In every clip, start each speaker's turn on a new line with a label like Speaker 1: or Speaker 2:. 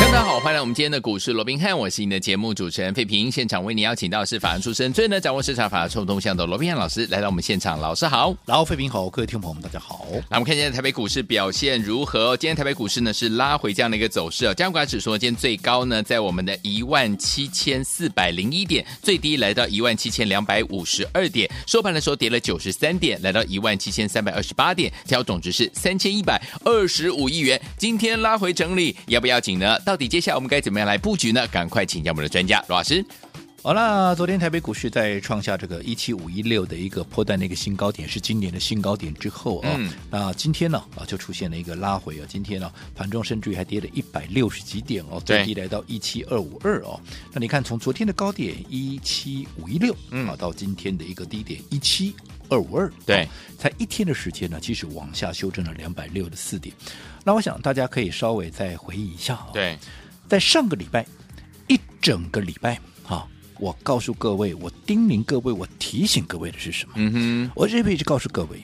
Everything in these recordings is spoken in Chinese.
Speaker 1: 大家好，欢迎来我们今天的股市罗宾汉，我是你的节目主持人费平。现场为你邀请到的是法案出身、最能掌握市场法律冲动向的罗宾汉老师来到我们现场，老师好。
Speaker 2: 然后，费平好，各位听众朋友们，大家好。
Speaker 1: 那我们看现在台北股市表现如何哦？今天台北股市呢是拉回这样的一个走势哦。加权指数呢今天最高呢在我们的一万七千四百零一点，最低来到一万七千两百五十二点，收盘的时候跌了九十三点，来到一万七千三百二十八点，调总值是三千一百二十五亿元。今天拉回整理，要不要紧呢？到底接下来我们该怎么样来布局呢？赶快请教我们的专家罗老师。
Speaker 2: 好啦，昨天台北股市在创下这个一七五一六的一个破断的一个新高点，是今年的新高点之后啊、
Speaker 1: 嗯
Speaker 2: 那今天呢啊就出现了一个拉回啊，今天呢、盘中甚至于还跌了一百六十几点哦，
Speaker 1: 对
Speaker 2: 最低来到一七二五二哦。那你看从昨天的高点一七五一六
Speaker 1: 嗯
Speaker 2: 啊到今天的一个低点一七。二五二
Speaker 1: 对
Speaker 2: 才一天的时间呢，其实往下修正了两百六十四点。那我想大家可以稍微再回忆一下啊、
Speaker 1: 对，
Speaker 2: 在上个礼拜一整个礼拜啊，我告诉各位，我叮咛各位，我提醒各位的是什么？
Speaker 1: 嗯哼，
Speaker 2: 我这辈子告诉各位，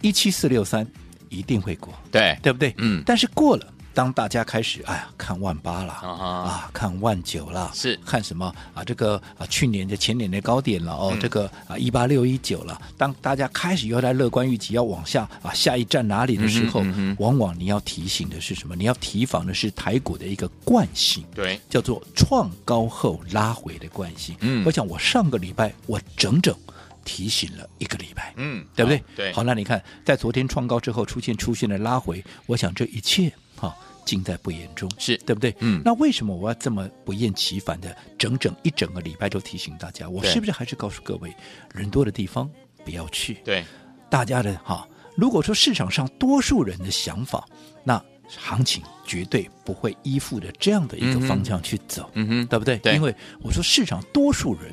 Speaker 2: 一七四六三一定会过，
Speaker 1: 对，
Speaker 2: 对不对？
Speaker 1: 嗯
Speaker 2: 但是过了。当大家开始哎呀看万八啦，
Speaker 1: 啊哈
Speaker 2: 啊看万九啦，
Speaker 1: 是
Speaker 2: 看什么啊这个啊去年的前年的高点了
Speaker 1: 嗯
Speaker 2: 哦，这个啊一八六一九了。当大家开始又在乐观预期要往下啊下一站哪里的时候，
Speaker 1: 嗯哼嗯哼
Speaker 2: 往往你要提醒的是什么？你要提防的是台股的一个惯性，
Speaker 1: 对，
Speaker 2: 叫做创高后拉回的惯性。
Speaker 1: 嗯
Speaker 2: 我想我上个礼拜我整整提醒了一个礼拜，
Speaker 1: 嗯
Speaker 2: 对不对
Speaker 1: 好？对
Speaker 2: 好，那你看，在昨天创高之后出现出现了拉回，我想这一切哈、尽在不言中，
Speaker 1: 是
Speaker 2: 对不对？
Speaker 1: 嗯
Speaker 2: 那为什么我要这么不厌其烦的整整一整个礼拜都提醒大家？我
Speaker 1: 对
Speaker 2: 是不是还是告诉各位，人多的地方不要去？
Speaker 1: 对，
Speaker 2: 大家的哈、如果说市场上多数人的想法，那行情绝对不会依附着这样的一个方向去走，
Speaker 1: 嗯哼，
Speaker 2: 对不对？
Speaker 1: 对
Speaker 2: 因为我说市场多数人。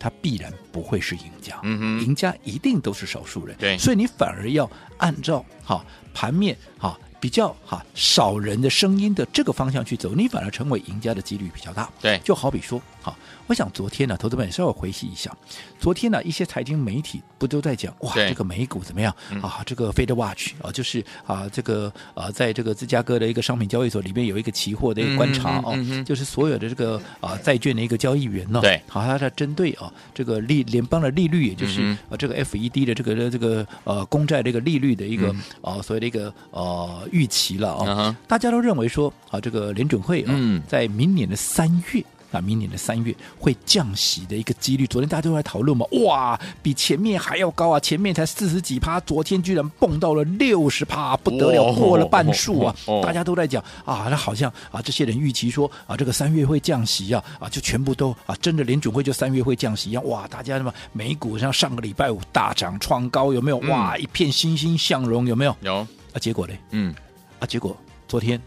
Speaker 2: 他必然不会是赢家，
Speaker 1: 嗯哼
Speaker 2: 赢家一定都是少数人，
Speaker 1: 对
Speaker 2: 所以你反而要按照哈盘面哈比较哈少人的声音的这个方向去走，你反而成为赢家的几率比较大。
Speaker 1: 对
Speaker 2: 就好比说，好，我想昨天呢、投资们稍微回忆一下，昨天呢、一些财经媒体不都在讲哇，
Speaker 1: 对嗯
Speaker 2: 这个美股怎么样、啊？这个 Fed Watch 啊，就是啊，这个啊，在这个芝加哥的一个商品交易所里面有一个期货的一个观察
Speaker 1: 嗯哼
Speaker 2: 哦，
Speaker 1: 嗯哼
Speaker 2: 就是所有的这个啊债券的一个交易员呢、
Speaker 1: 对
Speaker 2: 好，它在针对啊这个利联邦的利率，也就是、
Speaker 1: 嗯
Speaker 2: 啊这个 FED 的这个这个呃公债这个利率的一个、啊所谓的一个呃预期了啊、
Speaker 1: 嗯哼
Speaker 2: 大家都认为说啊这个联准会啊、
Speaker 1: 嗯
Speaker 2: 在明年的三月。啊，明年的三月会降息的一个几率，昨天大家都在讨论嘛，哇，比前面还要高啊！前面才四十几趴，昨天居然蹦到了六十趴，不得了，
Speaker 1: 哦
Speaker 2: 过了半数啊！
Speaker 1: 哦哦
Speaker 2: 大家都在讲啊，那好像啊，这些人预期说啊，这个三月会降息啊，啊，就全部都啊，真的联准会就三月会降息一样，哇！大家那么美股像上个礼拜五大涨创高，有没有？哇，
Speaker 1: 嗯
Speaker 2: 一片欣欣向荣，有没有？
Speaker 1: 有，
Speaker 2: 啊，结果嘞？
Speaker 1: 嗯，
Speaker 2: 啊，结果昨天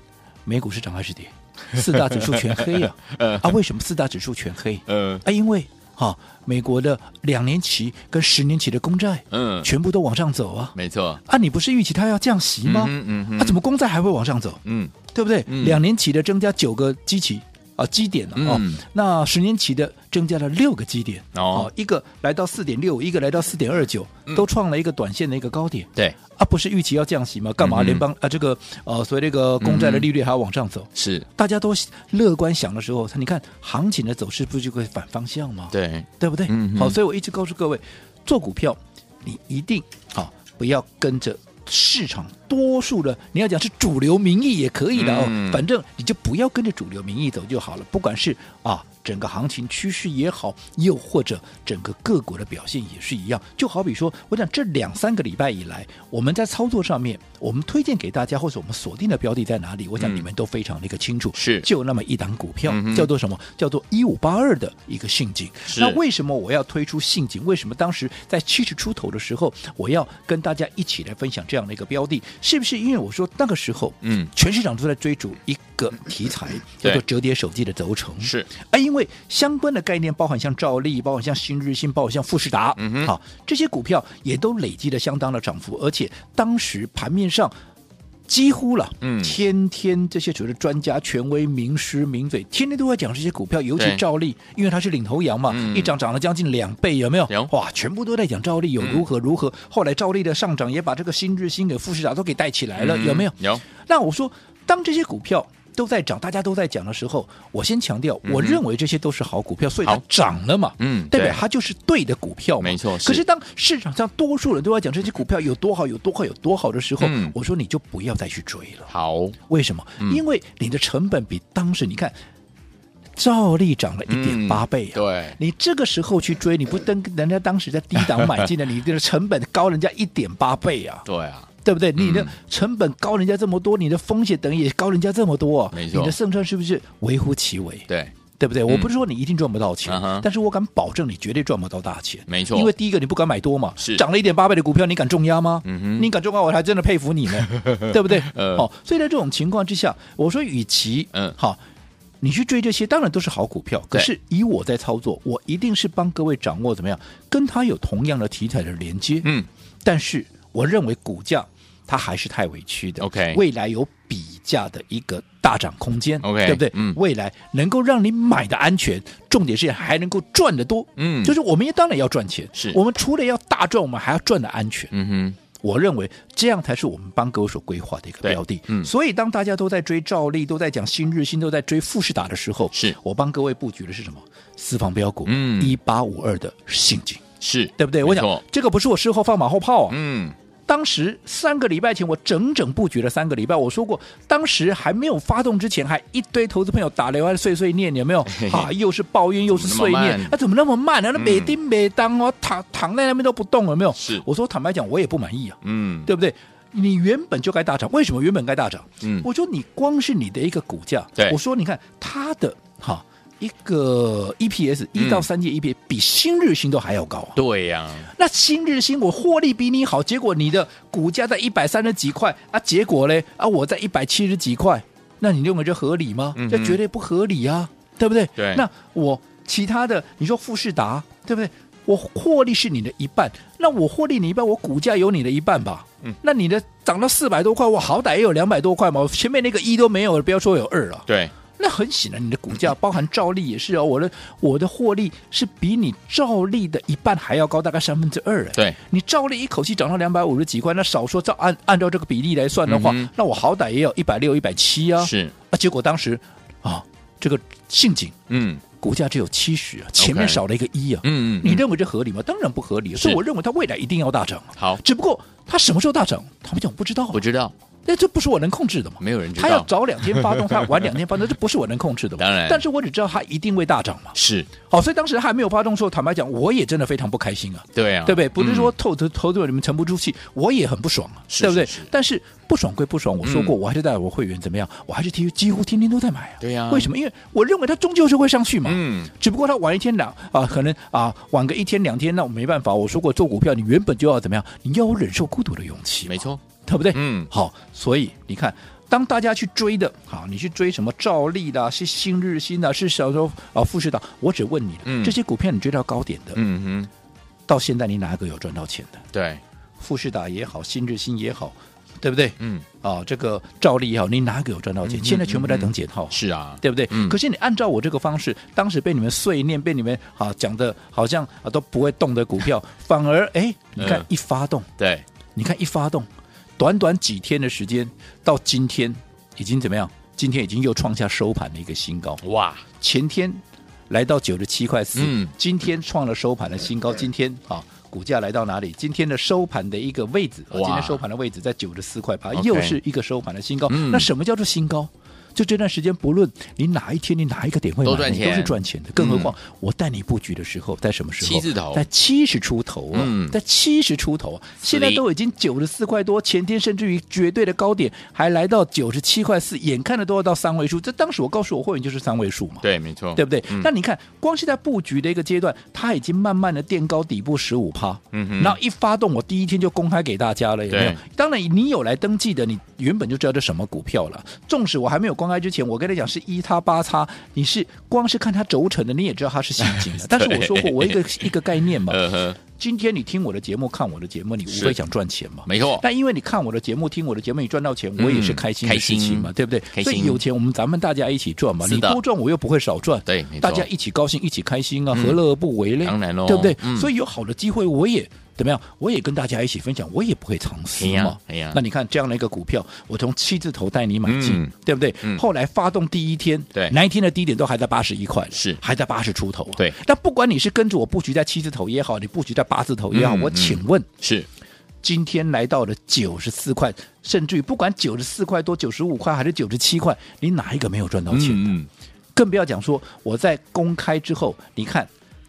Speaker 2: 美股市涨还是跌，四大指数全黑 呀、
Speaker 1: 呃
Speaker 2: 啊。啊，为什么四大指数全黑？
Speaker 1: 呃，
Speaker 2: 啊，因为哈、美国的两年期跟十年期的公债，
Speaker 1: 嗯
Speaker 2: 全部都往上走啊。
Speaker 1: 没错，
Speaker 2: 啊，你不是预期它要降息吗？
Speaker 1: 嗯哼嗯哼
Speaker 2: 啊，怎么公债还会往上走？
Speaker 1: 嗯，
Speaker 2: 对不对？
Speaker 1: 嗯
Speaker 2: 两年期的增加九个基期啊基点了、啊，
Speaker 1: 嗯
Speaker 2: 那十年期的增加了六个基点
Speaker 1: 哦嗯
Speaker 2: 啊一个来到四点六，一个来到四点二九，都创了一个短线的一个高点。
Speaker 1: 对，
Speaker 2: 啊，不是预期要降息吗？干嘛
Speaker 1: 嗯
Speaker 2: 联邦、啊这个呃所谓这个公债的利率还要往上走？
Speaker 1: 是，
Speaker 2: 大家都乐观想的时候，你看行情的走势不就会反方向吗？
Speaker 1: 对，
Speaker 2: 对不对？
Speaker 1: 嗯嗯
Speaker 2: 好，所以我一直告诉各位，做股票你一定好、不要跟着。市场多数的，你要讲是主流民意也可以的哦，
Speaker 1: 嗯
Speaker 2: 反正你就不要跟着主流民意走就好了。不管是啊整个行情趋势也好，又或者整个个股的表现也是一样。就好比说，我讲这两三个礼拜以来，我们在操作上面，我们推荐给大家或者我们锁定的标的在哪里，我想
Speaker 1: 嗯
Speaker 2: 你们都非常的一个清楚。
Speaker 1: 是
Speaker 2: 就那么一档股票、
Speaker 1: 嗯哼
Speaker 2: 叫做什么？叫做一五八二的一个陷阱。
Speaker 1: 是
Speaker 2: 那为什么我要推出陷阱？为什么当时在七十出头的时候，我要跟大家一起来分享这样样的一个标的，是不是？因为我说那个时候，
Speaker 1: 嗯
Speaker 2: 全市场都在追逐一个题材，叫
Speaker 1: 对
Speaker 2: 做折叠手机的轴承。
Speaker 1: 是
Speaker 2: 啊，因为相关的概念包含像兆利，包含像新日新，包含像富士达，
Speaker 1: 嗯哼
Speaker 2: 好、这些股票也都累积了相当的涨幅，而且当时盘面上。几乎了，
Speaker 1: 嗯
Speaker 2: 天天这些所谓的专家、权威、名师、名嘴，天天都在讲这些股票，尤
Speaker 1: 对
Speaker 2: 其兆利，因为它是领头羊嘛，
Speaker 1: 嗯
Speaker 2: 一涨涨了将近两倍，有没有
Speaker 1: 有？嗯
Speaker 2: 哇，全部都在讲兆利有如何如何。后来兆利的上涨也把这个新日新给富士达都给带起来了，
Speaker 1: 嗯
Speaker 2: 哎有没有？
Speaker 1: 有，
Speaker 2: 那我说，当这些股票都在涨，大家都在讲的时候，我先强调，我认为这些都是好股票，所以它
Speaker 1: 嗯好
Speaker 2: 涨了嘛，
Speaker 1: 嗯
Speaker 2: 代表
Speaker 1: 对
Speaker 2: 它就是对的股票嘛，
Speaker 1: 没错是
Speaker 2: 可是当市场上多数人都在讲这些股票有多好、有多好、有多好的时候，
Speaker 1: 嗯
Speaker 2: 我说你就不要再去追了。
Speaker 1: 好，
Speaker 2: 为什么？因为你的成本比当时你看，照例涨了一点
Speaker 1: 嗯
Speaker 2: 八倍啊。
Speaker 1: 对，
Speaker 2: 你这个时候去追，你不登人家当时在低档 买进的，你的成本高人家一点八倍啊！
Speaker 1: 对啊，
Speaker 2: 对不对？你的
Speaker 1: 嗯
Speaker 2: 成本高人家这么多，你的风险等于也高人家这么多，
Speaker 1: 没错
Speaker 2: 你的胜算是不是微乎其微？
Speaker 1: 对，
Speaker 2: 对不对？我不是说你一定赚不到钱
Speaker 1: 嗯哼，
Speaker 2: 但是我敢保证你绝对赚不到大钱。
Speaker 1: 没错
Speaker 2: 因为第一个你不敢买多嘛，
Speaker 1: 是
Speaker 2: 涨了一点八倍的股票，你敢重压吗？
Speaker 1: 嗯哼
Speaker 2: 你敢重压，我还真的佩服你 呢，对不对？
Speaker 1: 呃
Speaker 2: 哦，所以在这种情况之下，我说与其
Speaker 1: 嗯
Speaker 2: 好。你去追这些，当然都是好股票。可
Speaker 1: 对
Speaker 2: 是以我在操作，我一定是帮各位掌握怎么样跟它有同样的题材的连接。
Speaker 1: 嗯，
Speaker 2: 但是我认为股价它还是太委屈的。
Speaker 1: OK
Speaker 2: 未来有比价的一个大涨空间。
Speaker 1: OK，
Speaker 2: 对不对？
Speaker 1: 嗯
Speaker 2: 未来能够让你买的安全，重点是还能够赚得多。
Speaker 1: 嗯
Speaker 2: 就是我们也当然要赚钱，
Speaker 1: 是
Speaker 2: 我们除了要大赚，我们还要赚的安全。
Speaker 1: 嗯哼，
Speaker 2: 我认为这样才是我们帮各位所规划的一个标的
Speaker 1: 对。嗯
Speaker 2: 所以当大家都在追兆利，都在讲新日新，都在追富士达的时候，
Speaker 1: 是
Speaker 2: 我帮各位布局的是什么？私房标股，
Speaker 1: 嗯
Speaker 2: 一八五二的信金，
Speaker 1: 是
Speaker 2: 对不对？我
Speaker 1: 没
Speaker 2: 想
Speaker 1: 错
Speaker 2: 这个不是我事后放马后炮啊，
Speaker 1: 嗯，
Speaker 2: 当时三个礼拜前，我整整布局了三个礼拜。我说过，当时还没有发动之前，还一堆投资朋友打电话碎碎念，有 没有
Speaker 1: 嘿？嘿
Speaker 2: 啊，又是抱怨，又是碎
Speaker 1: 怎么那么
Speaker 2: 念
Speaker 1: 慢，
Speaker 2: 啊，怎么那么慢啊？那
Speaker 1: 嗯
Speaker 2: 每丁每当哦，躺躺在那边都不动，有没有？
Speaker 1: 是
Speaker 2: 我说坦白讲，我也不满意啊，
Speaker 1: 嗯，
Speaker 2: 对不对？你原本就该大涨，为什么原本该大涨？
Speaker 1: 嗯
Speaker 2: 我说你光是你的一个股价，
Speaker 1: 对
Speaker 2: 我说你看它的哈一个 EPS 一到
Speaker 1: 嗯
Speaker 2: 三届 EPS 比新日新都还要高啊。
Speaker 1: 对呀，
Speaker 2: 那新日新我获利比你好，结果你的股价在一百三十几块啊，结果嘞啊，我在一百七十几块，那你认为这合理吗
Speaker 1: 嗯哼？
Speaker 2: 这绝对不合理啊，对不对？
Speaker 1: 对
Speaker 2: 那我其他的，你说富士达，对不对？我获利是你的一半，那我获利你一半，我股价有你的一半吧？
Speaker 1: 嗯，
Speaker 2: 那你的涨到四百多块，我好歹也有两百多块嘛，我前面那个一都没有了，不要说有二了。
Speaker 1: 对，
Speaker 2: 那很显然，你的股价包含照例也是哦，我的我的获利是比你照例的一半还要高，大概三分之二。哎
Speaker 1: 对，
Speaker 2: 你照例一口气涨到两百五十几块，那少说照按按照这个比例来算的话，
Speaker 1: 嗯哼
Speaker 2: 那我好歹也有一百六、一百七啊。
Speaker 1: 是，
Speaker 2: 啊，结果当时啊，这个陷阱
Speaker 1: 嗯
Speaker 2: 股价只有七十啊，前面少了一个一啊。
Speaker 1: 嗯嗯，
Speaker 2: 你
Speaker 1: 嗯
Speaker 2: 认为这合理吗？当然不合理，所以我认为它未来一定要大涨啊。
Speaker 1: 好，
Speaker 2: 只不过它什么时候大涨，他们讲我不知道啊
Speaker 1: 不，知道，
Speaker 2: 那这不是我能控制的嘛。
Speaker 1: 没有人知
Speaker 2: 它要
Speaker 1: 道，
Speaker 2: 早两天发动，它要晚两 天发动，这不是我能控制的嘛。
Speaker 1: 当然
Speaker 2: 但是我只知道它一定会大涨嘛。
Speaker 1: 是，
Speaker 2: 好，所以当时还没有发动的时候，坦白讲，我也真的非常不开心啊，
Speaker 1: 对啊，
Speaker 2: 对不对？不是
Speaker 1: 嗯
Speaker 2: 说透投投资者你们沉不住气，我也很不爽啊，
Speaker 1: 是
Speaker 2: 对不对
Speaker 1: 是是？
Speaker 2: 但是不爽归不爽，我说过，我还是带我会员怎么样，我还是几乎几乎天天都在买啊。
Speaker 1: 对呀
Speaker 2: 为什么？因为我认为它终究是会上去嘛。
Speaker 1: 嗯，
Speaker 2: 只不过它晚一天两啊、可能啊、晚个一天两天，那我没办法。我说过，做股票你原本就要怎么样，你要有忍受孤独的勇气嘛，
Speaker 1: 没错，
Speaker 2: 对不对？
Speaker 1: 嗯
Speaker 2: 好，所以你看，当大家去追的，好，你去追什么兆利啦，是新日新啦，是小时候啊富士达，我只问你，
Speaker 1: 嗯
Speaker 2: 这些股票你追到高点的，
Speaker 1: 嗯
Speaker 2: 到现在你哪个有赚到钱的？
Speaker 1: 哼，对，
Speaker 2: 富士达也好，新日新也好，对不对？
Speaker 1: 嗯，
Speaker 2: 啊，这个兆利也好，你哪个有赚到钱？
Speaker 1: 嗯
Speaker 2: 现在全部在等解套。
Speaker 1: 是啊，
Speaker 2: 对不对？
Speaker 1: 嗯
Speaker 2: 可是你按照我这个方式，当时被你们碎念，被你们啊讲的，好像啊都不会动的股票，反而哎，你看
Speaker 1: 嗯
Speaker 2: 一发动，
Speaker 1: 对，
Speaker 2: 你看一发动，短短几天的时间，到今天已经怎么样？今天已经又创下收盘的一个新高，
Speaker 1: 哇，
Speaker 2: 前天来到九十七块四、
Speaker 1: 嗯
Speaker 2: 今天创了收盘的新高。今天啊，股价来到哪里？今天的收盘的一个位置，啊
Speaker 1: 哇
Speaker 2: 今天收盘的位置在九十四块八，
Speaker 1: OK
Speaker 2: 又是一个收盘的新高。
Speaker 1: 嗯
Speaker 2: 那什么叫做新高？就这段时间，不论你哪一天，你哪一个点位
Speaker 1: 都
Speaker 2: 买
Speaker 1: 赚
Speaker 2: 你
Speaker 1: 钱嗯
Speaker 2: 都是赚钱的。更何况、我带你布局的时候，在什么时候？
Speaker 1: 七字头
Speaker 2: 在七十出头啊，
Speaker 1: 嗯
Speaker 2: 在七十出头啊，现在都已经九十四块多，前天甚至于绝对的高点还来到九十七块四，眼看着都要到三位数。这当时我告诉我会员就是三位数嘛。
Speaker 1: 对，没错，
Speaker 2: 对不对？
Speaker 1: 嗯
Speaker 2: 那你看，光是在布局的一个阶段，它已经慢慢的垫高底部十五趴，
Speaker 1: 嗯哼
Speaker 2: 然后一发动，我第一天就公开给大家了，有没有
Speaker 1: 对？
Speaker 2: 当然，你有来登记的，你原本就知道这什么股票了。纵使我还没有公开之前，我跟你讲是一叉八叉，你是光是看它轴承的，你也知道它是细金的。但是我说过，我一个一个概 念嘛，
Speaker 1: 呃呵，
Speaker 2: 今天你听我的节目，看我的节目，你无
Speaker 1: 是
Speaker 2: 非想赚钱嘛。
Speaker 1: 没错，
Speaker 2: 但因为你看我的节目、听我的节目，你赚到钱，
Speaker 1: 嗯
Speaker 2: 我也是开心的事情嘛，
Speaker 1: 开心
Speaker 2: 对不
Speaker 1: 开心
Speaker 2: 对？所以有钱我们咱们大家一起赚嘛，
Speaker 1: 是
Speaker 2: 你
Speaker 1: 的
Speaker 2: 多赚我又不会少赚，
Speaker 1: 对没错
Speaker 2: 大家一起高兴，一起开心啊，
Speaker 1: 嗯
Speaker 2: 何乐而不为嘞？
Speaker 1: 当然咯
Speaker 2: 对不对
Speaker 1: 嗯？
Speaker 2: 所以有好的机会，我也怎么样？我也跟大家一起分享，我也不会藏私
Speaker 1: 哎呀
Speaker 2: 嘛
Speaker 1: 哎呀。
Speaker 2: 那你看这样的一个股票，我从七字头带你买进
Speaker 1: 嗯，
Speaker 2: 对不对
Speaker 1: 嗯？
Speaker 2: 后来发动第一天，
Speaker 1: 对
Speaker 2: 那一天的低点都还在八十一块了，
Speaker 1: 是
Speaker 2: 还在八十出头啊。
Speaker 1: 对，
Speaker 2: 但不管你是跟着我布局在七字头也好，你布局在八字头也好，
Speaker 1: 嗯
Speaker 2: 我
Speaker 1: 嗯
Speaker 2: 请问。
Speaker 1: 是
Speaker 2: 今天来到了九十四块，甚至于不管九十四块多、九十五块还是九十七块，你哪一个没有赚到钱？
Speaker 1: 嗯嗯，
Speaker 2: 更不要讲说我在公开之后，你看。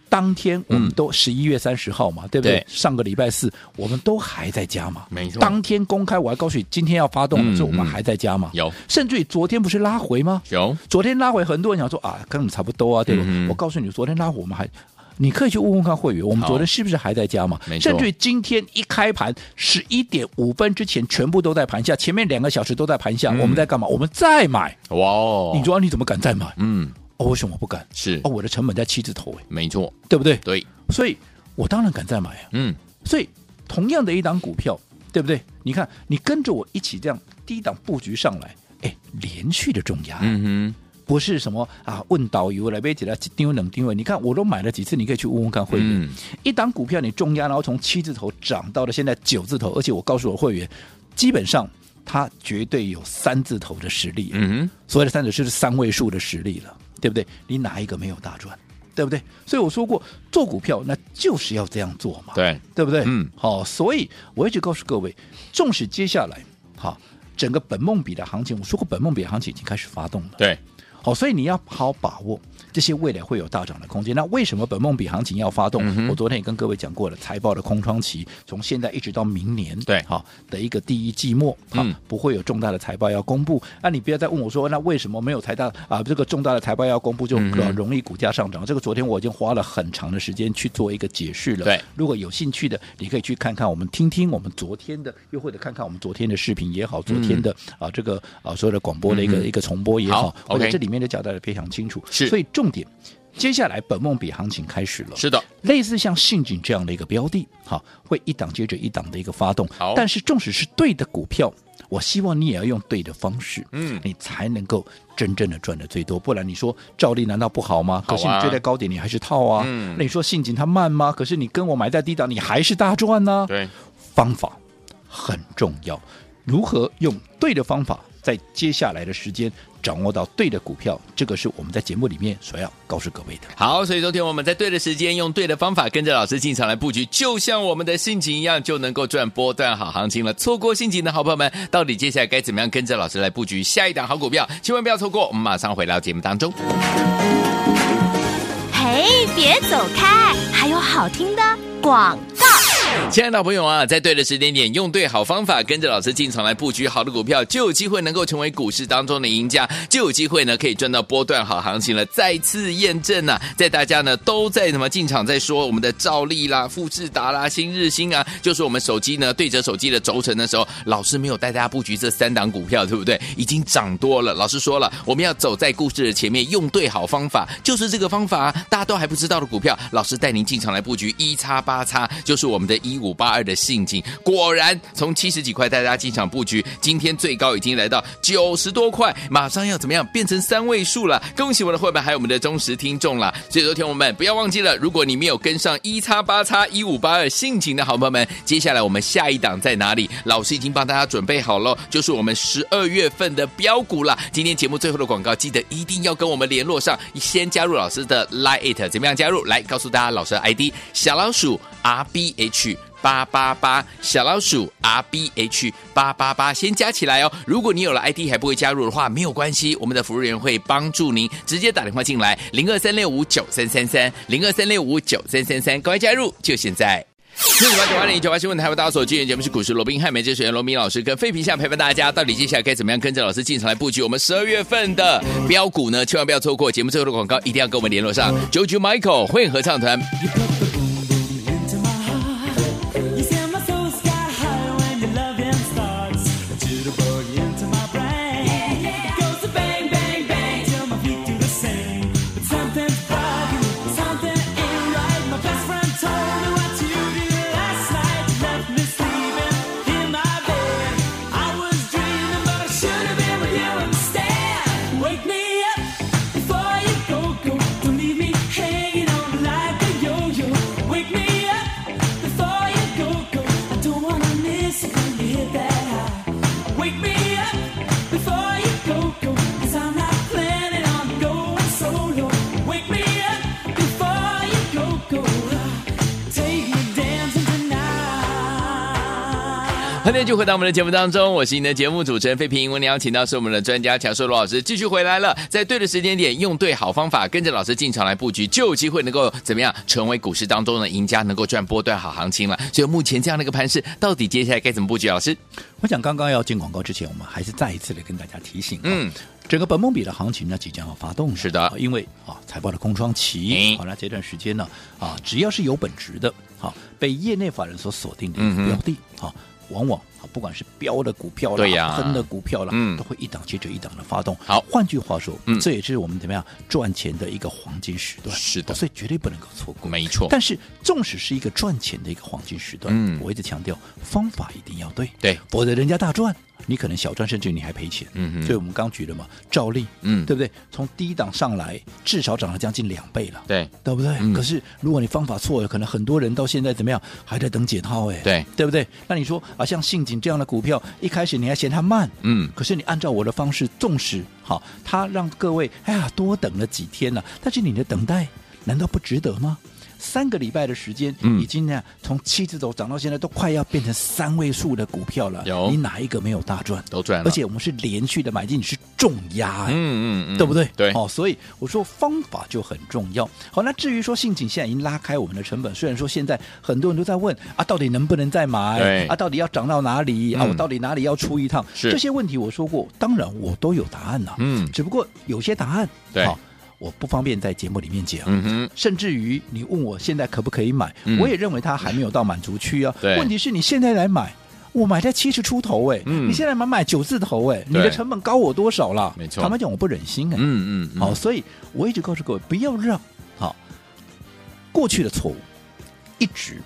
Speaker 2: 当天我们都十一月三十号嘛，对不对？
Speaker 1: 嗯对
Speaker 2: 上个礼拜四我们都还在加嘛，
Speaker 1: 没错
Speaker 2: 当天公开，我还告诉你今天要发动
Speaker 1: 嗯
Speaker 2: 了，所以我们
Speaker 1: 嗯
Speaker 2: 还在加嘛。
Speaker 1: 有
Speaker 2: 甚至于昨天不是拉回吗？
Speaker 1: 有，
Speaker 2: 昨天拉回，很多人想说啊，跟我们差不多啊，对吧？
Speaker 1: 嗯哼
Speaker 2: 我告诉你，昨天拉回我们还，你可以去问问看会员，我们
Speaker 1: 好
Speaker 2: 昨天是不是还在加嘛
Speaker 1: 没？错
Speaker 2: 甚至于今天一开盘十一点五分之前，全部都在盘下，前面两个小时都在盘下，
Speaker 1: 嗯
Speaker 2: 我们在干嘛？我们再买。
Speaker 1: 哇哦，
Speaker 2: 你说、啊、你怎么敢再买？
Speaker 1: 嗯，
Speaker 2: 哦，为什么我不敢？
Speaker 1: 是
Speaker 2: 哦，我的成本在七字头哎，
Speaker 1: 没错，
Speaker 2: 对不对？
Speaker 1: 对，
Speaker 2: 所以我当然敢再买啊。
Speaker 1: 嗯，
Speaker 2: 所以同样的一档股票，对不对？你看，你跟着我一起这样低档布局上来，哎，连续的重压，
Speaker 1: 嗯
Speaker 2: 不是什么啊，问导游来被起来丢冷丢位，你看我都买了几次，你可以去问问看
Speaker 1: 哼，
Speaker 2: 会员。
Speaker 1: 嗯，
Speaker 2: 一档股票你重压，然后从七字头涨到了现在九字头，而且我告诉我会员，基本上它绝对有三字头的实力。
Speaker 1: 嗯哼，
Speaker 2: 所谓的三者就是三位数的实力了，对不对？你哪一个没有大赚，对不对？所以我说过，做股票那就是要这样做嘛，
Speaker 1: 对，
Speaker 2: 对不对？
Speaker 1: 嗯
Speaker 2: 好、所以我一直告诉各位，纵使接下来好、整个本梦比的行情，我说过本梦比的行情已经开始发动了，
Speaker 1: 对，
Speaker 2: 好、所以你要好好把握这些未来会有大涨的空间。那为什么本梦比行情要发动？
Speaker 1: 嗯哼
Speaker 2: 我昨天也跟各位讲过了，财报的空窗期从现在一直到明年，
Speaker 1: 对
Speaker 2: 好、的一个第一季末，好、
Speaker 1: 嗯
Speaker 2: 不会有重大的财报要公布。那、你不要再问我说，那为什么没有财大啊？这个重大的财报要公布就
Speaker 1: 嗯哼
Speaker 2: 容易股价上涨？这个昨天我已经花了很长的时间去做一个解释了。
Speaker 1: 对
Speaker 2: 如果有兴趣的，你可以去看看我们听听我们昨天的，又或者看看我们昨天的视频也好，昨天的、啊这个啊所有的广播的一个、
Speaker 1: 嗯哼
Speaker 2: 一个重播也好，
Speaker 1: 好
Speaker 2: 或者
Speaker 1: OK
Speaker 2: 这里面的交代的非常清楚。
Speaker 1: 是
Speaker 2: 所以重点，接下来本梦比行情开始了。
Speaker 1: 是的，
Speaker 2: 类似像信锦这样的一个标的，好，会一档接着一档的一个发动
Speaker 1: 好。
Speaker 2: 但是纵使是对的股票，我希望你也要用对的方式，
Speaker 1: 嗯
Speaker 2: 你才能够真正的赚的最多。不然你说照例难道不好吗？
Speaker 1: 好啊
Speaker 2: 可是你追在高点，你还是套啊。
Speaker 1: 嗯
Speaker 2: 那你说信锦它慢吗？可是你跟我买在低档，你还是大赚啊呢、
Speaker 1: 对，
Speaker 2: 方法很重要，如何用对的方法，在接下来的时间掌握到对的股票，这个是我们在节目里面所要告诉各位的。
Speaker 1: 好，所以昨天我们在对的时间，用对的方法，跟着老师进场来布局，就像我们的信锦一样，就能够赚波段好行情了。错过信锦的好朋友们，到底接下来该怎么样跟着老师来布局下一档好股票？千万不要错过，我们马上回到节目当中。
Speaker 3: 嘿，别走开，还有好听的广告。
Speaker 1: 亲爱的朋友啊，在对的时间点，用对好方法，跟着老师进场来布局好的股票，就有机会能够成为股市当中的赢家，就有机会呢可以赚到波段好行情了。再次验证呐、在大家呢都在什么进场在说我们的兆利啦、富士达啦、新日新啊，就是我们手机呢对折手机的轴承的时候，老师没有带大家布局这三档股票，对不对？已经涨多了。老师说了，我们要走在故事的前面，用对好方法，就是这个方法、啊，大家都还不知道的股票，老师带您进场来布局一叉八叉，就是我们的一五八二的信锦。果然从七十几块带大家进场布局，今天最高已经来到九十多块，马上要怎么样变成三位数了？恭喜我们的会员还有我们的忠实听众啦！所以，昨天我们不要忘记了，如果你没有跟上一叉八叉一五八二信锦的好朋友们，接下来我们下一档在哪里？老师已经帮大家准备好喽，就是我们十二月份的标股啦。今天节目最后的广告，记得一定要跟我们联络上，先加入老师的 Line It，怎么样加入？来告诉大家老师的 ID 小老鼠 R B H。八八八，小老鼠 R B H 八八八，先加起来哦。如果你有了 ID 还不会加入的话，没有关系，我们的服务员会帮助您，直接打电话进来，零二三六五九三三三，零二三六五九三三三，赶快加入，就现在。四九八九八零九八新闻台，我大家所进行节目是股市罗宾汉，美这学员罗明老师跟废品下陪伴大家，到底接下来该怎么样跟着老师进场来布局我们十二月份的标股呢？千万不要错过节目最后的广告，一定要跟我们联络上。九九 Michael 混合唱团
Speaker 4: into my heart. You set my soul sky high when your loving starts. A jitterbug into my brain. Goes to bang, bang, bang till my feet do the same. But something's bugging, something ain't right. My best friend told me what you did last night. You left me sleeping in my bed. I was dreaming, but I should have been with you instead. Wake me up before you go, go. Don't leave me hanging on like a yo-yo. Wake me up before you go, go. I don't wanna miss it when you hit that high. Wake me up before you go, go. Cause I'm not planning on going solo. Wake me up before you go, go. Take me dancing tonight.
Speaker 1: 欢迎就回到我们的节目当中，我是您的节目主持人费平。我们邀请到是我们的专家强硕罗老师继续回来了，在对的时间点，用对好方法，跟着老师进场来布局，就有机会能够怎么样成为股市当中的赢家，能够赚波段好行情了。所以目前这样的一个盘势，到底接下来该怎么布局？老师，
Speaker 2: 我想刚刚要进广告之前，我们还是再一次的跟大家提醒、
Speaker 1: 嗯
Speaker 2: 嗯，整个本梦比的行情呢即将要发动了，
Speaker 1: 是的
Speaker 2: 啊因为啊财报的空窗期
Speaker 1: 哎，
Speaker 2: 好、那这段时间呢啊只要是有本质的，好、被业内法人所锁定的
Speaker 1: 嗯哼
Speaker 2: 标的，好、往往啊不管是标的股票啦，
Speaker 1: 对呀
Speaker 2: 分的股票啦，
Speaker 1: 嗯
Speaker 2: 都会一档接着一档的发动。
Speaker 1: 好
Speaker 2: 换句话说，
Speaker 1: 嗯
Speaker 2: 这也是我们怎么样赚钱的一个黄金时段，哦
Speaker 1: 是的
Speaker 2: 所以绝对不能够错过。
Speaker 1: 没错，
Speaker 2: 但是，纵使是一个赚钱的一个黄金时段，
Speaker 1: 哦嗯
Speaker 2: 我一直强调方法一定要对，
Speaker 1: 对
Speaker 2: 否则人家大赚，你可能小赚，甚至你还赔钱。
Speaker 1: 嗯哼
Speaker 2: 所以我们刚举了嘛，照例，
Speaker 1: 嗯
Speaker 2: 对不对？从低档上来，至少涨了将近两倍了，
Speaker 1: 对，
Speaker 2: 对不对？
Speaker 1: 嗯
Speaker 2: 可是如果你方法错了，可能很多人到现在怎么样，还在等解套，哎，
Speaker 1: 对，
Speaker 2: 对不对？那你说啊，像信锦这样的股票，一开始你还嫌它慢，
Speaker 1: 嗯
Speaker 2: 可是你按照我的方式，纵使好，他让各位哎呀多等了几天呢、但是你的等待难道不值得吗？三个礼拜的时间，
Speaker 1: 嗯
Speaker 2: 已经呢从七字头涨到现在，都快要变成三位数的股票了。
Speaker 1: 有
Speaker 2: 你哪一个没有大赚？
Speaker 1: 都赚了，
Speaker 2: 而且我们是连续的买进，你是重压、
Speaker 1: 嗯
Speaker 2: 哎
Speaker 1: 嗯嗯
Speaker 2: 对不对？
Speaker 1: 对，
Speaker 2: 哦，所以我说方法就很重要。好，那至于说信锦现在已经拉开我们的成本，虽然说现在很多人都在问啊，到底能不能再
Speaker 1: 对
Speaker 2: 买？啊，到底要涨到哪里？啊，
Speaker 1: 嗯
Speaker 2: 我到底哪里要出一趟？
Speaker 1: 是
Speaker 2: 这些问题我说过，当然我都有答案呐、啊
Speaker 1: 嗯
Speaker 2: 只不过有些答案，
Speaker 1: 对
Speaker 2: 好我不方便在节目里面讲。
Speaker 1: 嗯哼，
Speaker 2: 甚至于你问我现在可不可以买，
Speaker 1: 嗯
Speaker 2: 我也认为它还没有到满足区啊。
Speaker 1: 对
Speaker 2: 问题是你现在来买，我买在七十出头哎、
Speaker 1: 嗯
Speaker 2: 你现在买买九字头哎、你
Speaker 1: 对
Speaker 2: 的成本高我多少啦？
Speaker 1: 没错
Speaker 2: 坦白讲我不忍心哎、
Speaker 1: 嗯嗯嗯，
Speaker 2: 好，所以我一直告诉各位，不要让好过去的错误一直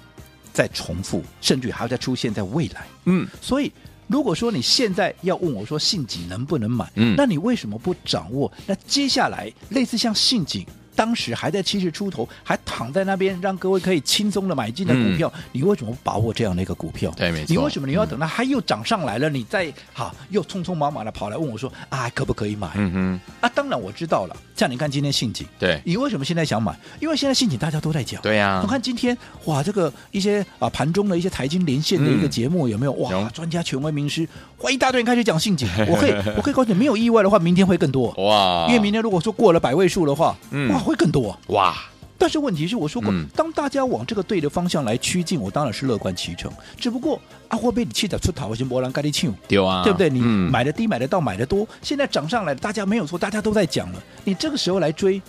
Speaker 2: 在重复，甚至还要再出现在未来。
Speaker 1: 嗯，
Speaker 2: 所以，如果说你现在要问我说信锦能不能买，
Speaker 1: 嗯
Speaker 2: 那你为什么不掌握？那接下来类似像信锦。当时还在七十出头，还躺在那边让各位可以轻松的买进的股票，你为什么不把握这样的一个股票？
Speaker 1: 嗯对没错嗯
Speaker 2: 你为什么你要等到它又涨上来了，你再好又匆匆忙忙的跑来问我说啊，可不可以买？
Speaker 1: 嗯哼，
Speaker 2: 啊，当然我知道了。像你看今天信锦，
Speaker 1: 对，
Speaker 2: 你为什么现在想买？因为现在信锦大家都在讲。
Speaker 1: 对啊呀
Speaker 2: 我，看今天哇，这个一些啊盘中的一些财经连线的一个节目、有没有
Speaker 1: 嗯有
Speaker 2: 哇？专家、权威名师，哇，一大堆人开始 讲信锦。我可以，我可以告诉你，没有意外的话，明天会更多。
Speaker 1: 哇，
Speaker 2: 因为明天如果说过了百位数的话，
Speaker 1: 哦嗯
Speaker 2: 哇，会更多。
Speaker 1: 哇，
Speaker 2: 但是问题是，我说过
Speaker 1: 嗯，
Speaker 2: 当大家往这个对的方向来趋近，我当然是乐观其成。只不过啊，会被你气得出头，先波兰盖利庆。
Speaker 1: 丢啊，
Speaker 2: 对不对？你
Speaker 1: 嗯
Speaker 2: 买的低，买的到，买的多，现在涨上来了，大家没有错，大家都在讲了。你这个时候来追，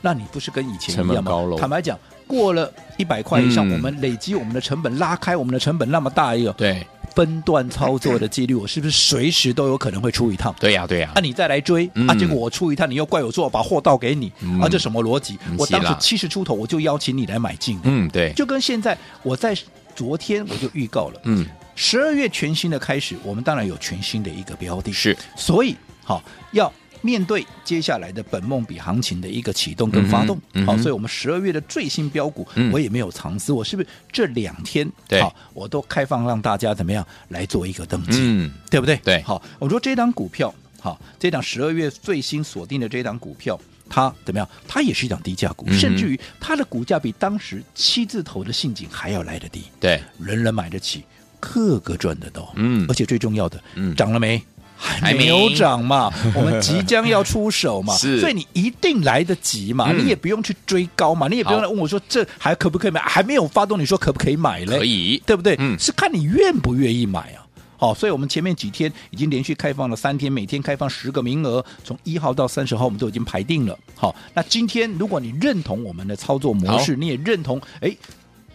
Speaker 2: 那你不是跟以前
Speaker 1: 成
Speaker 2: 一
Speaker 1: 本
Speaker 2: 样
Speaker 1: 高喽
Speaker 2: 吗？坦白讲，过了一百块以上，
Speaker 1: 嗯
Speaker 2: 我们累积我们的成本，拉开我们的成本那么大一个
Speaker 1: 对
Speaker 2: 分段操作的纪律，我是不是随时都有可能会出一趟？
Speaker 1: 对呀对呀
Speaker 2: 啊，，你再来追、啊！
Speaker 1: 嗯
Speaker 2: 结果我出一趟，你又怪我做，把货倒给你、
Speaker 1: 嗯
Speaker 2: 啊！这什么逻辑
Speaker 1: 嗯？
Speaker 2: 我当
Speaker 1: 是
Speaker 2: 时
Speaker 1: 啦
Speaker 2: 七十出头，我就邀请你来买进，
Speaker 1: 嗯对，
Speaker 2: 就跟现在我在昨天我就预告了，
Speaker 1: 嗯
Speaker 2: 十二月全新的开始，我们当然有全新的一个标的，
Speaker 1: 是，
Speaker 2: 所以好要面对接下来的本梦比行情的一个启动跟发动，
Speaker 1: 嗯哼嗯哼
Speaker 2: 好，所以我们十二月的最新标股，
Speaker 1: 嗯
Speaker 2: 我也没有藏私，我是不是这两天
Speaker 1: 对
Speaker 2: 好，我都开放让大家怎么样来做一个登记，
Speaker 1: 嗯
Speaker 2: 对不对？
Speaker 1: 对
Speaker 2: 好，我说这档股票，好，这档十二月最新锁定的这档股票，它怎么样？它也是一档低价股，
Speaker 1: 嗯哼
Speaker 2: 甚至于它的股价比当时七字头的信锦还要来得低。
Speaker 1: 对，
Speaker 2: 人人买得起，个个赚得到。
Speaker 1: 嗯
Speaker 2: 而且最重要的，
Speaker 1: 嗯
Speaker 2: 涨了没？还
Speaker 1: 还没
Speaker 2: 没有 涨嘛，我们即将要出手嘛，
Speaker 1: 是
Speaker 2: 所以你一定来得及嘛，
Speaker 1: 嗯
Speaker 2: 你也不用去追高嘛，你也不用
Speaker 1: 好
Speaker 2: 来问我说这还可不可以买，还没有发动，你说可不可以买嘞？
Speaker 1: 可以，
Speaker 2: 对不对？
Speaker 1: 嗯
Speaker 2: 是看你愿不愿意买啊。好，所以我们前面几天已经连续开放了三天，每天开放十个名额，从一号到三十号我们都已经排定了。好，那今天如果你认同我们的操作模式，你也认同，哎。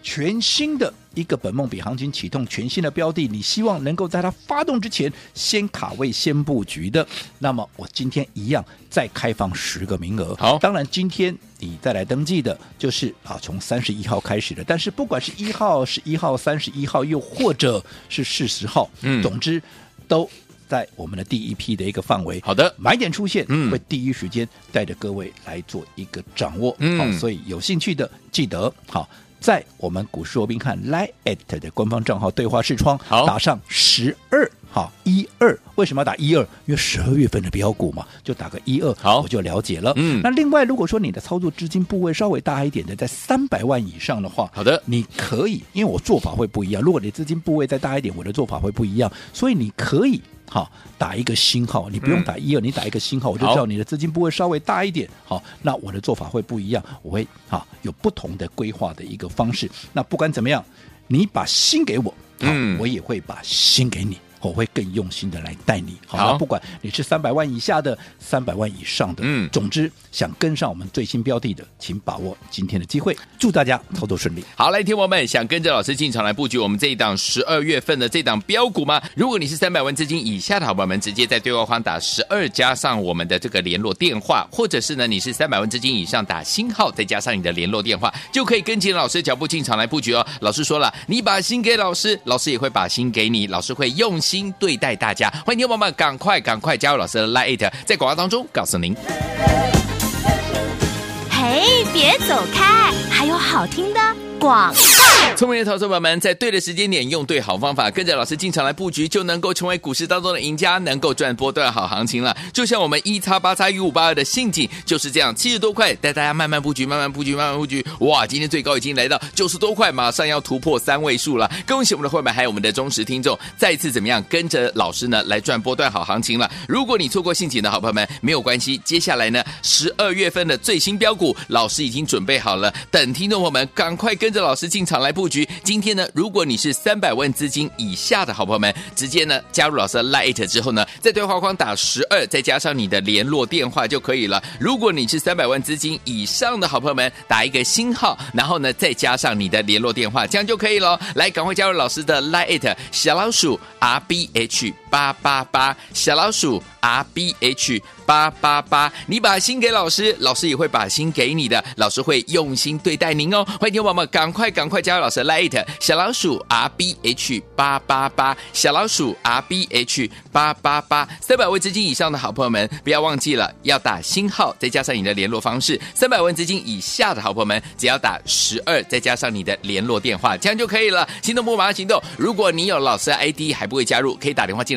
Speaker 2: 全新的一个本梦比行情启动，全新的标的，你希望能够在它发动之前先卡位、先布局的，那么我今天一样再开放十个名额。
Speaker 1: 好
Speaker 2: 当然今天你再来登记的，就是啊从三十一号开始的。但是不管是一号、十一号、三十一号，又或者是四十号，
Speaker 1: 嗯
Speaker 2: 总之都在我们的第一批的一个范围。
Speaker 1: 好的
Speaker 2: 买点出现，
Speaker 1: 嗯
Speaker 2: 会第一时间带着各位来做一个掌握。
Speaker 1: 嗯
Speaker 2: 好，所以有兴趣的记得好。在我们股市罗宾汉 Line at 的官方账号对话视窗，
Speaker 1: 好
Speaker 2: 打上十二，好一二，为什么要打一二？因为十二月份的标股嘛，就打个一二，
Speaker 1: 好
Speaker 2: 我就了解了。
Speaker 1: 嗯
Speaker 2: 那另外如果说你的操作资金部位稍微大一点的，在三百万以上的话，
Speaker 1: 好的
Speaker 2: 你可以，因为我做法会不一样。如果你资金部位再大一点，我的做法会不一样，所以你可以好打一个星号，你不用
Speaker 1: 嗯
Speaker 2: 打一二、你打一个星号，我就
Speaker 1: 好
Speaker 2: 知道你的资金部位稍微大一点。好，那我的做法会不一样，我会好有不同的规划的一个方式。那不管怎么样，你把心给我，好
Speaker 1: 嗯
Speaker 2: 我也会把心给你。我会更用心的来带你，好，
Speaker 1: 好
Speaker 2: 那不管你是三百万以下的，三百万以上的，
Speaker 1: 嗯
Speaker 2: 总之想跟上我们最新标的的，请把握今天的机会，祝大家操作顺利。
Speaker 1: 好，来，听我们想跟着老师进场来布局我们这一档十二月份的这档标股吗？如果你是三百万资金以下的好朋友们，直接在对话框打十二加上我们的这个联络电话，或者是呢你是三百万资金以上打星号再加上你的联络电话，就可以跟紧老师的脚步进场来布局哦。老师说了，你把心给老师，老师也会把心给你，老师会用心对待大家。欢迎听我们赶快赶快加入老师的 Lite，在广告当中告诉您。
Speaker 3: 嘿，别走开，还有好听的广。
Speaker 1: 聪明的投资者朋友们，在对的时间点用对好方法，跟着老师进场来布局，就能够成为股市当中的赢家，能够赚波段好行情了。就像我们一叉八叉一五八二的陷阱就是这样，七十多块带大家慢慢布局，慢慢布局，慢慢布局。哇，今天最高已经来到九十多块，马上要突破三位数了。恭喜我们的会员，还有我们的忠实听众，再次怎么样跟着老师呢来赚波段好行情了？如果你错过陷阱的好朋友们，没有关系，接下来呢十二月份的最新标股，老师已经准备好了，等听众朋友们赶快跟着老师进场来布局。今天呢，如果你是三百万资金以下的好朋友们，直接呢加入老师的 Lite 之后呢，在对话框打十二，再加上你的联络电话就可以了。如果你是三百万资金以上的好朋友们，打一个星号，然后呢再加上你的联络电话，这样就可以了。来，赶快加入老师的 Lite 小老鼠 R B H 八八八小老鼠 R B H。八八八，你把心给老师，老师也会把心给你的，老师会用心对待您哦。欢迎听众朋友们赶快赶快加入老师 Lite 小老鼠 R B H 八八八，小老鼠 R B H 八八八，三百位资金以上的好朋友们，不要忘记了要打星号，再加上你的联络方式。三百万资金以下的好朋友们，只要打十二，再加上你的联络电话，这样就可以了。心动不如马上行动。如果你有老师的 ID 还不会加入，可以打电话进